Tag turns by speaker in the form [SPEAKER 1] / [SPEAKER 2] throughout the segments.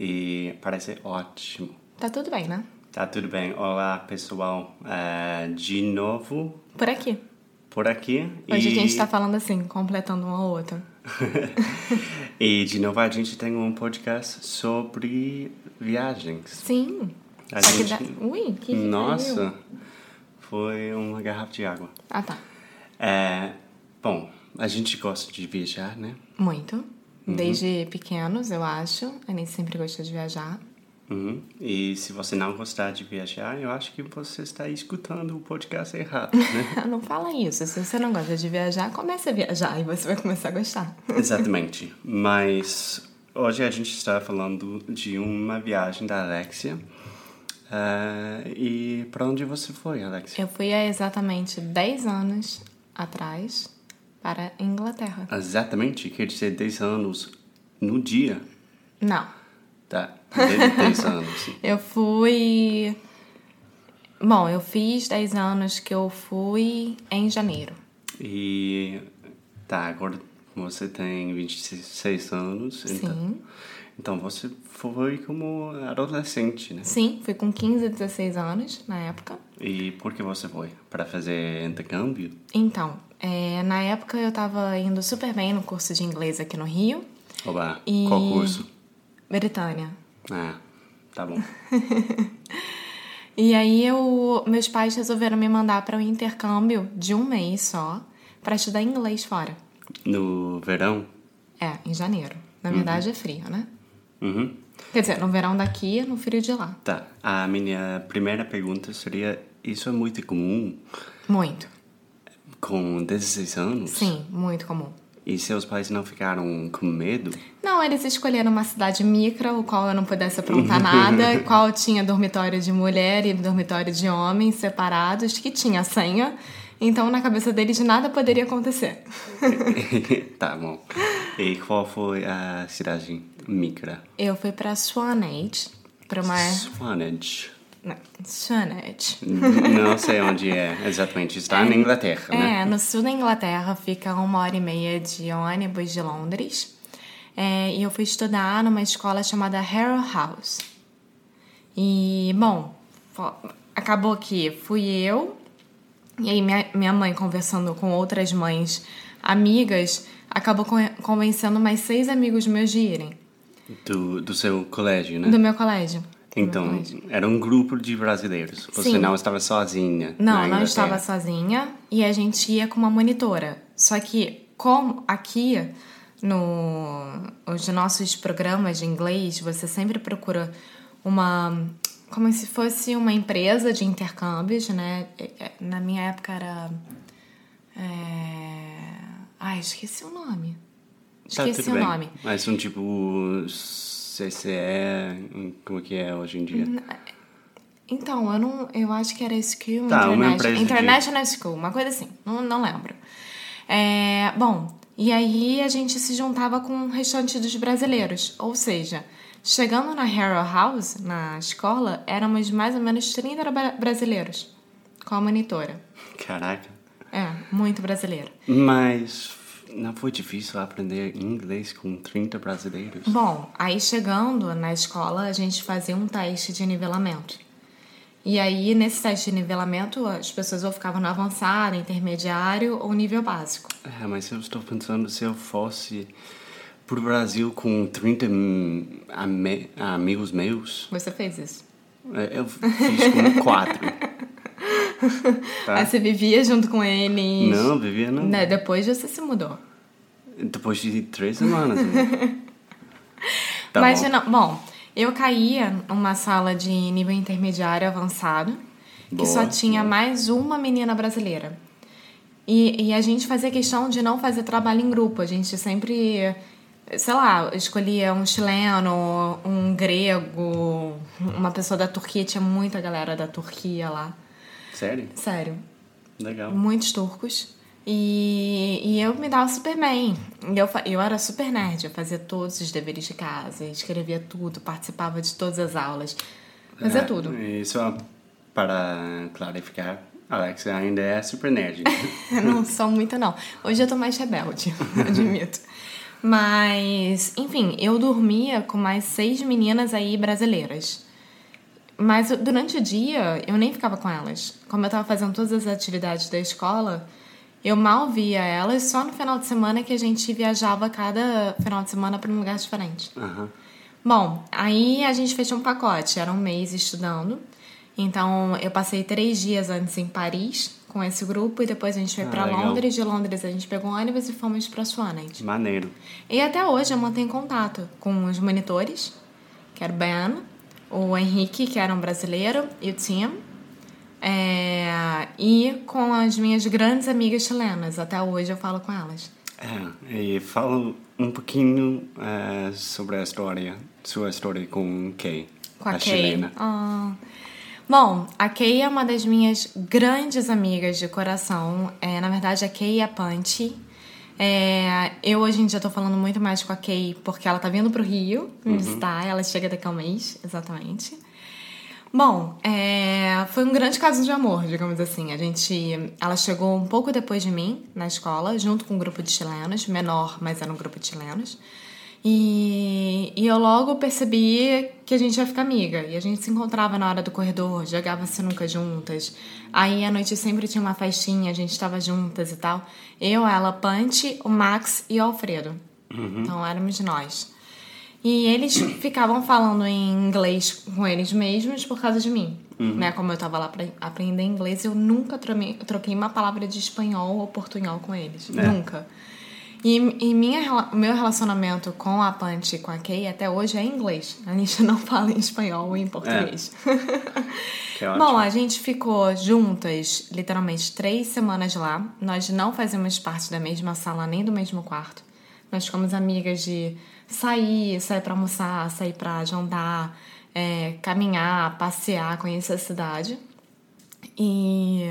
[SPEAKER 1] E parece ótimo.
[SPEAKER 2] Tá tudo bem, né?
[SPEAKER 1] Tá tudo bem. Olá, pessoal. É, de novo
[SPEAKER 2] Por aqui.
[SPEAKER 1] por aqui.
[SPEAKER 2] Hoje
[SPEAKER 1] e...
[SPEAKER 2] a gente tá falando assim, completando um ao outro.
[SPEAKER 1] e de novo a gente tem um podcast sobre viagens.
[SPEAKER 2] Sim.
[SPEAKER 1] A
[SPEAKER 2] Só que
[SPEAKER 1] gente-
[SPEAKER 2] dá- Ui, que que saiu?
[SPEAKER 1] Nossa, foi uma garrafa de água.
[SPEAKER 2] Ah, tá.
[SPEAKER 1] É, bom, a gente gosta de viajar, né?
[SPEAKER 2] Muito.
[SPEAKER 1] Uhum.
[SPEAKER 2] Desde pequenos, eu acho. A gente sempre gostou de viajar.
[SPEAKER 1] Uhum. E se você não gostar de viajar, eu acho que você está escutando o podcast errado, né?
[SPEAKER 2] Não fala isso. Se você não gosta de viajar, comece a viajar e você vai começar a gostar.
[SPEAKER 1] Exatamente. Mas hoje a gente está falando de uma viagem da Alexia. Ah, e para onde você foi, Alexia?
[SPEAKER 2] Eu fui há exatamente 10 anos atrás para a Inglaterra.
[SPEAKER 1] Exatamente, quer dizer 10 anos no dia.
[SPEAKER 2] Não.
[SPEAKER 1] Tá, teve 10 anos.
[SPEAKER 2] Eu fui. Bom, eu fiz 10 anos que eu fui em janeiro.
[SPEAKER 1] E tá, agora você tem 26 anos. Então,
[SPEAKER 2] Sim.
[SPEAKER 1] então você foi como adolescente, né?
[SPEAKER 2] Sim, fui com 15, 16 anos na época.
[SPEAKER 1] E por que você foi? Para fazer intercâmbio?
[SPEAKER 2] Então, é, na época eu tava indo super bem no curso de inglês aqui no Rio.
[SPEAKER 1] Oba,
[SPEAKER 2] E-
[SPEAKER 1] qual curso?
[SPEAKER 2] Britânia.
[SPEAKER 1] Ah, tá bom.
[SPEAKER 2] E aí eu, meus pais resolveram me mandar para um intercâmbio de um mês só para estudar inglês fora.
[SPEAKER 1] No verão?
[SPEAKER 2] É, em janeiro. Na verdade é frio, né?
[SPEAKER 1] Uhum.
[SPEAKER 2] Quer dizer, no verão daqui, é no frio de lá.
[SPEAKER 1] Tá. A minha primeira pergunta seria: isso é muito comum
[SPEAKER 2] Muito.
[SPEAKER 1] com 16 anos?
[SPEAKER 2] Sim, muito comum.
[SPEAKER 1] E seus pais não ficaram com medo?
[SPEAKER 2] Não, eles escolheram uma cidade micra, o qual eu não pudesse aprontar nada, qual tinha dormitório de mulher e dormitório de homem separados, que tinha senha. Então, na cabeça deles, nada poderia acontecer.
[SPEAKER 1] tá bom. E qual foi a cidade micra?
[SPEAKER 2] Eu fui pra Swanage, pra uma...
[SPEAKER 1] Swanage.
[SPEAKER 2] Não, Swanage.
[SPEAKER 1] não sei onde é exatamente. Está na Inglaterra, né?
[SPEAKER 2] É, no sul da Inglaterra fica uma hora e meia de ônibus de Londres. É, e eu fui estudar numa escola chamada Harrow House. E, bom, fo- acabou que fui eu. E aí minha, minha mãe conversando com outras mães amigas, acabou con- convencendo mais seis amigos meus de irem.
[SPEAKER 1] Do, do seu colégio, né?
[SPEAKER 2] Do meu colégio. Do meu
[SPEAKER 1] Então,
[SPEAKER 2] colégio.
[SPEAKER 1] era um grupo de brasileiros. Você
[SPEAKER 2] Sim.
[SPEAKER 1] não estava sozinha. né, na
[SPEAKER 2] Não, não
[SPEAKER 1] Inglaterra.
[SPEAKER 2] estava sozinha e a gente ia com uma monitora. Só que, como aqui no os nossos programas de inglês, você sempre procura uma como se fosse uma empresa de intercâmbios, né? Na minha época era é... ai, esqueci o nome.
[SPEAKER 1] Tá,
[SPEAKER 2] Esqueci
[SPEAKER 1] tudo
[SPEAKER 2] o
[SPEAKER 1] bem.
[SPEAKER 2] nome.
[SPEAKER 1] Mas um tipo CCE, como que é hoje em dia?
[SPEAKER 2] Então, eu não. Eu acho que era Skill
[SPEAKER 1] Tá, uma
[SPEAKER 2] International,
[SPEAKER 1] empresa de-
[SPEAKER 2] International School, uma coisa assim, não, não lembro. É, bom, e aí a gente se juntava com o restante dos brasileiros. Ou seja, chegando na Harrow House, na escola, éramos mais ou menos 30 bra- brasileiros com a monitora.
[SPEAKER 1] Caraca.
[SPEAKER 2] É, muito brasileiro.
[SPEAKER 1] Mas não foi difícil aprender inglês com 30 brasileiros?
[SPEAKER 2] Bom, aí chegando na escola, a gente fazia um teste de nivelamento. E aí, nesse teste de nivelamento, as pessoas ou ficavam no avançado, intermediário ou nível básico.
[SPEAKER 1] É, mas eu estou pensando se eu fosse pro Brasil com 30 hum, ame- amigos meus,
[SPEAKER 2] Você fez isso.
[SPEAKER 1] é, eu fiz com 4. Tá.
[SPEAKER 2] Aí você vivia junto com eles.
[SPEAKER 1] Não, vivia não.
[SPEAKER 2] Né, Depois você se mudou.
[SPEAKER 1] Depois de três semanas. né? tá
[SPEAKER 2] Mas
[SPEAKER 1] bom.
[SPEAKER 2] não, bom, eu caía numa sala de nível intermediário avançado, que
[SPEAKER 1] Boa,
[SPEAKER 2] só tinha
[SPEAKER 1] boa.
[SPEAKER 2] mais uma menina brasileira. E, e a gente fazia questão de não fazer trabalho em grupo, a gente sempre, sei lá, escolhia um chileno, um grego, uma pessoa da Turquia, tinha muita galera da Turquia lá.
[SPEAKER 1] Sério?
[SPEAKER 2] Sério,
[SPEAKER 1] Legal.
[SPEAKER 2] muitos turcos. E, e eu me dava super bem. E Eu, fa- eu era super nerd, eu fazia todos os deveres de casa, escrevia tudo, participava de todas as aulas. Fazia
[SPEAKER 1] É,
[SPEAKER 2] tudo.
[SPEAKER 1] Isso é para clarificar. Alex ainda é super nerd. né?
[SPEAKER 2] não sou muito, não. Hoje eu tô mais rebelde, admito. Mas, enfim, eu dormia com mais seis meninas aí brasileiras. Mas eu- durante o dia eu nem ficava com elas. Como eu tava fazendo todas as atividades da escola, eu mal via elas só no final de semana que a gente viajava cada final de semana para um lugar diferente.
[SPEAKER 1] Aham.
[SPEAKER 2] Bom, aí a gente fechou um pacote, era um mês estudando. Então eu passei três dias antes em Paris com esse grupo e depois a gente foi
[SPEAKER 1] Ah,
[SPEAKER 2] pra
[SPEAKER 1] legal.
[SPEAKER 2] Londres. De Londres a gente pegou um ônibus e fomos pra Swanet.
[SPEAKER 1] Maneiro.
[SPEAKER 2] E até hoje eu mantenho contato com os monitores, que era o Ben, o Henrique, que era um brasileiro, e o Tim. É, e com as minhas grandes amigas chilenas. Até hoje eu falo com elas.
[SPEAKER 1] É, e fala um pouquinho eh, sobre a história, sua história com Kay,
[SPEAKER 2] Com a, Kay.
[SPEAKER 1] chilena.
[SPEAKER 2] Ah. Bom, a Kay é uma das minhas grandes amigas de coração. É, na verdade, a Kay e a Panty. É, eu hoje em dia tô falando muito mais com a Kay porque ela tá vindo pro Rio me visitar. Ela chega daqui a um mês, exatamente. Bom, é, foi um grande caso de amor, digamos assim. A gente, ela chegou um pouco depois de mim na escola, junto com um grupo de chilenos, menor, mas era um grupo de chilenos. E, e eu logo percebi que a gente ia ficar amiga. E a gente se encontrava na hora do corredor, jogava sinuca juntas. Aí à noite sempre tinha uma festinha, a gente estava juntas e tal. Eu, ela, Pante, o Max e o Alfredo. Então éramos nós. E eles ficavam falando em inglês com eles mesmos por causa de mim. Né? Como eu tava lá pra aprender inglês, eu nunca trome- troquei uma palavra de espanhol ou portunhol com eles. Nunca. E, e minha, rela- meu relacionamento com a Panty e com a Kay até hoje é em inglês. A gente não fala em espanhol ou em português.
[SPEAKER 1] Que ótimo.
[SPEAKER 2] Bom, a gente ficou juntas literalmente três semanas lá. Nós não fazíamos parte da mesma sala nem do mesmo quarto. Nós ficamos amigas de sair, sair pra almoçar, sair pra jantar, é, caminhar, passear, conhecer a cidade. E,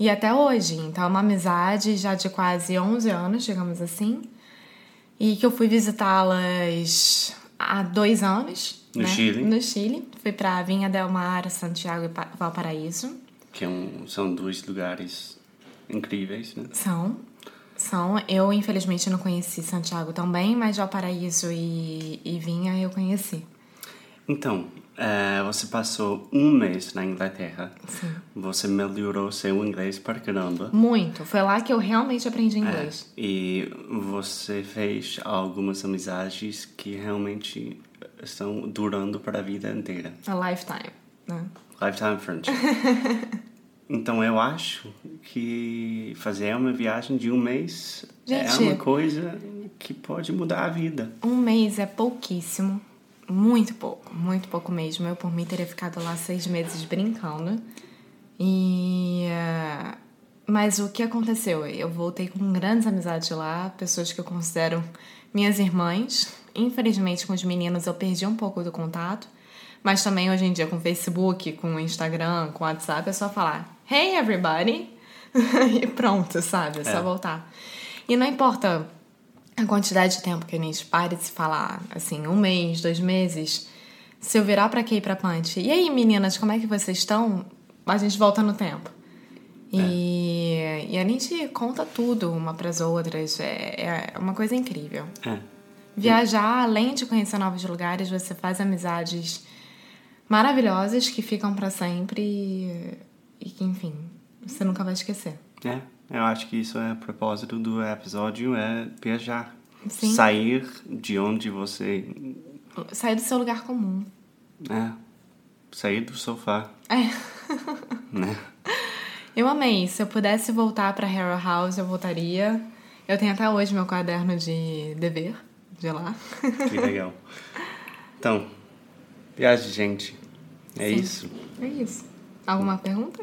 [SPEAKER 2] e até hoje. Então, é uma amizade já de quase 11 anos, digamos assim. E que eu fui visitá-las há dois anos.
[SPEAKER 1] No
[SPEAKER 2] né?
[SPEAKER 1] Chile.
[SPEAKER 2] No Chile. Fui pra Vinha Del Mar, Santiago e Pa- Valparaíso.
[SPEAKER 1] Que é um- são dois lugares incríveis, né?
[SPEAKER 2] São. São. Eu, infelizmente, não conheci Santiago também, mas Valparaíso e, e Vinha eu conheci.
[SPEAKER 1] Então, eh, você passou um mês na Inglaterra.
[SPEAKER 2] Sim.
[SPEAKER 1] Você melhorou seu inglês para caramba.
[SPEAKER 2] Muito. Foi lá que eu realmente
[SPEAKER 1] É.
[SPEAKER 2] aprendi inglês.
[SPEAKER 1] E você fez algumas amizades que realmente estão durando para a vida inteira.
[SPEAKER 2] A lifetime, né?
[SPEAKER 1] Lifetime friendship. então eu acho que fazer uma viagem de um mês é
[SPEAKER 2] Gente.
[SPEAKER 1] uma coisa que pode mudar a vida.
[SPEAKER 2] Um mês é pouquíssimo. Muito pouco, muito pouco mesmo. Eu, por mim, teria ficado lá seis meses brincando. E. eh, Mas o que aconteceu? Eu voltei com grandes amizades lá, pessoas que eu considero minhas irmãs. Infelizmente, com os meninos eu perdi um pouco do contato. Mas também hoje em dia, com Facebook, com Instagram, com WhatsApp, é só falar: Hey, everybody! e pronto, sabe? É só voltar. E não importa a quantidade de tempo que a gente para de se falar, assim, um mês, dois meses, se eu virar pra Kay e pra Punch, e aí meninas, como é que vocês estão? A gente volta no tempo. E, e a gente conta tudo uma pras outras, é, é uma coisa incrível.
[SPEAKER 1] É.
[SPEAKER 2] Viajar, além de conhecer novos lugares, você faz amizades maravilhosas que ficam pra sempre e, e que, enfim, você nunca vai esquecer.
[SPEAKER 1] É, eu acho que isso é o propósito do episódio, é viajar.
[SPEAKER 2] Sim.
[SPEAKER 1] Sair de onde você... né,
[SPEAKER 2] Sair do seu lugar comum.
[SPEAKER 1] É, sair do sofá,
[SPEAKER 2] É.
[SPEAKER 1] né?
[SPEAKER 2] Eu amei. Se eu pudesse voltar para Harrow House, eu voltaria. Eu tenho até hoje meu caderno de dever de lá.
[SPEAKER 1] Que legal. Então, viagem, gente. É
[SPEAKER 2] Sim.
[SPEAKER 1] isso.
[SPEAKER 2] É isso. Alguma pergunta?